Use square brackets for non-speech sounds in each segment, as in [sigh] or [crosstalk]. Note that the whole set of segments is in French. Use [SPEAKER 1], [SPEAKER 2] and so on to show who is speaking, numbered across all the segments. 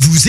[SPEAKER 1] Vous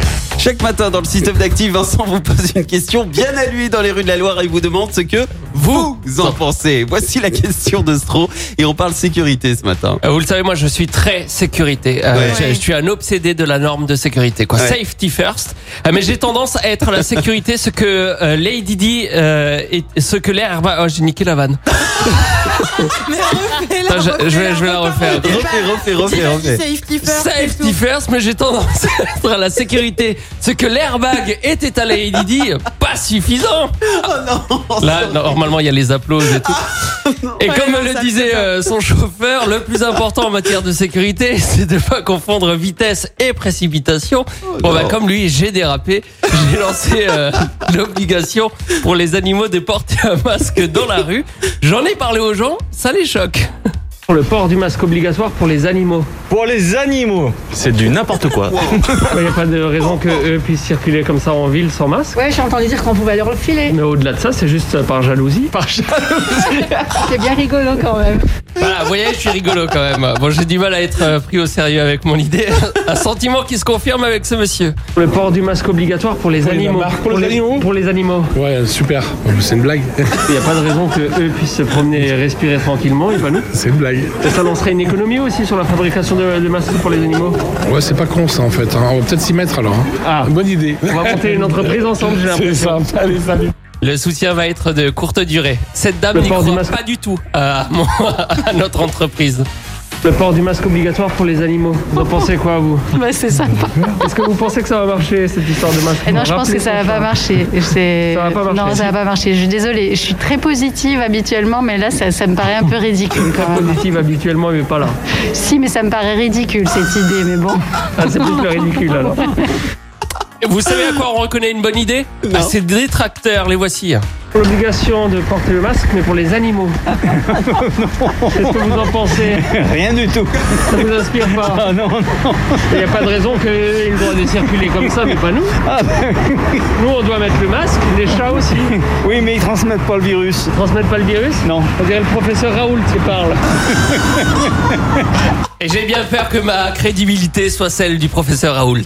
[SPEAKER 2] Chaque matin dans le système d'actifs, Vincent vous pose une question bien à lui dans les rues de la Loire et vous demande ce que vous en pensez. Voici la question de Stro et on parle sécurité ce matin.
[SPEAKER 3] Euh, Vous le savez, moi je suis très sécurité. Euh,
[SPEAKER 2] Ouais.
[SPEAKER 3] je, je suis un obsédé de la norme de sécurité. Quoi.
[SPEAKER 2] Ouais.
[SPEAKER 3] Safety first. Euh, mais j'ai tendance à être la sécurité ce que euh, Lady Di euh, et ce que l'air. Oh, j'ai niqué la vanne. Attends, je, je vais, je vais la refaire. ok.
[SPEAKER 2] Refais, refais, refais, refais.
[SPEAKER 4] Safety first.
[SPEAKER 3] Safety first, mais j'ai tendance à être à la sécurité. Ce que l'airbag était à Lady Di, pas suffisant.
[SPEAKER 2] Oh non Ah,
[SPEAKER 3] Là, normalement, il y a les applauses et tout. Et comme le disait euh, son chauffeur, le plus important en matière de sécurité, [laughs] c'est de pas confondre vitesse et précipitation. bon, bah,
[SPEAKER 2] Oh non.
[SPEAKER 3] comme lui, j'ai dérapé. J'ai lancé euh, [laughs] l'obligation pour les animaux de porter un masque dans la rue. J'en ai parlé aux gens, ça les choque. Le port du masque obligatoire pour les animaux.
[SPEAKER 5] Pour les animaux, c'est du n'importe quoi.
[SPEAKER 3] Il n'y a pas de raison qu'eux puissent circuler comme ça en ville sans masque.
[SPEAKER 6] Ouais, j'ai entendu dire qu'on pouvait leur le filer.
[SPEAKER 3] Mais au-delà de ça, c'est juste [laughs] par jalousie.
[SPEAKER 6] C'est bien rigolo quand même.
[SPEAKER 3] Voilà, vous voyez, je suis rigolo quand même. Bon, j'ai du mal à être euh, pris au sérieux avec mon idée. [laughs] Un sentiment qui se confirme avec ce monsieur. Le port du masque obligatoire pour les animaux. pour, les, animaux pour les animaux.
[SPEAKER 7] Ouais, super. Oh, C'est une blague. [laughs]
[SPEAKER 3] Il n'y a pas de raison que eux puissent se promener et respirer tranquillement et pas nous.
[SPEAKER 7] C'est une blague.
[SPEAKER 3] Et ça lancerait une économie aussi sur la fabrication de, de masques pour les animaux.
[SPEAKER 7] Ouais, c'est pas con ça en fait. hein. On va peut-être s'y mettre alors. hein.
[SPEAKER 3] Ah.
[SPEAKER 7] Bonne idée.
[SPEAKER 3] On va monter
[SPEAKER 7] [laughs]
[SPEAKER 3] une entreprise ensemble, j'ai
[SPEAKER 7] C'est
[SPEAKER 3] l'impression.
[SPEAKER 7] simple. Allez, salut.
[SPEAKER 3] Le soutien va être de courte durée. Cette dame
[SPEAKER 8] Le
[SPEAKER 3] n'y
[SPEAKER 8] port du
[SPEAKER 3] croit
[SPEAKER 8] masque.
[SPEAKER 3] pas du tout euh, à, mon- [laughs] à notre entreprise.
[SPEAKER 8] Le port du masque obligatoire pour les animaux. Vous en pensez quoi, vous
[SPEAKER 6] Bah, c'est ça.
[SPEAKER 8] Est-ce que vous pensez que ça va marcher, cette histoire de masque
[SPEAKER 6] Eh non, je pense
[SPEAKER 8] Rappelez
[SPEAKER 6] que ça va
[SPEAKER 8] son
[SPEAKER 6] pas
[SPEAKER 8] charme.
[SPEAKER 6] marcher. C'est-
[SPEAKER 8] Ça va pas marcher.
[SPEAKER 6] Non, ça va pas marcher. Je suis désolée. Je suis très positive habituellement, mais là, ça, ça me paraît un peu ridicule quand même.
[SPEAKER 8] Positive habituellement, mais pas là.
[SPEAKER 6] Si, mais ça me paraît ridicule cette idée, mais bon.
[SPEAKER 8] Ah, c'est plus le ridicule, alors.
[SPEAKER 3] Et Vous savez à quoi on reconnaît une bonne idée À ses détracteurs, les voici.
[SPEAKER 8] Pour L'obligation de porter le masque, mais pour
[SPEAKER 5] [laughs]
[SPEAKER 8] les animaux. Qu'est-ce que vous en pensez
[SPEAKER 5] Rien du tout.
[SPEAKER 8] Ça vous inspire pas
[SPEAKER 5] Ah non, non.
[SPEAKER 8] Il n'y a pas de raison qu'ils aient le droit de circuler comme ça, mais pas nous.
[SPEAKER 5] Ah, bah
[SPEAKER 8] Nous, on doit mettre le masque, les chats aussi. Ils
[SPEAKER 5] Oui, mais ils transmettent pas le virus.
[SPEAKER 8] transmettent pas le virus
[SPEAKER 5] Non.
[SPEAKER 8] On dirait le professeur Raoult qui parle.
[SPEAKER 3] Et j'ai bien peur que ma crédibilité soit celle du professeur
[SPEAKER 8] [laughs]
[SPEAKER 3] Raoult.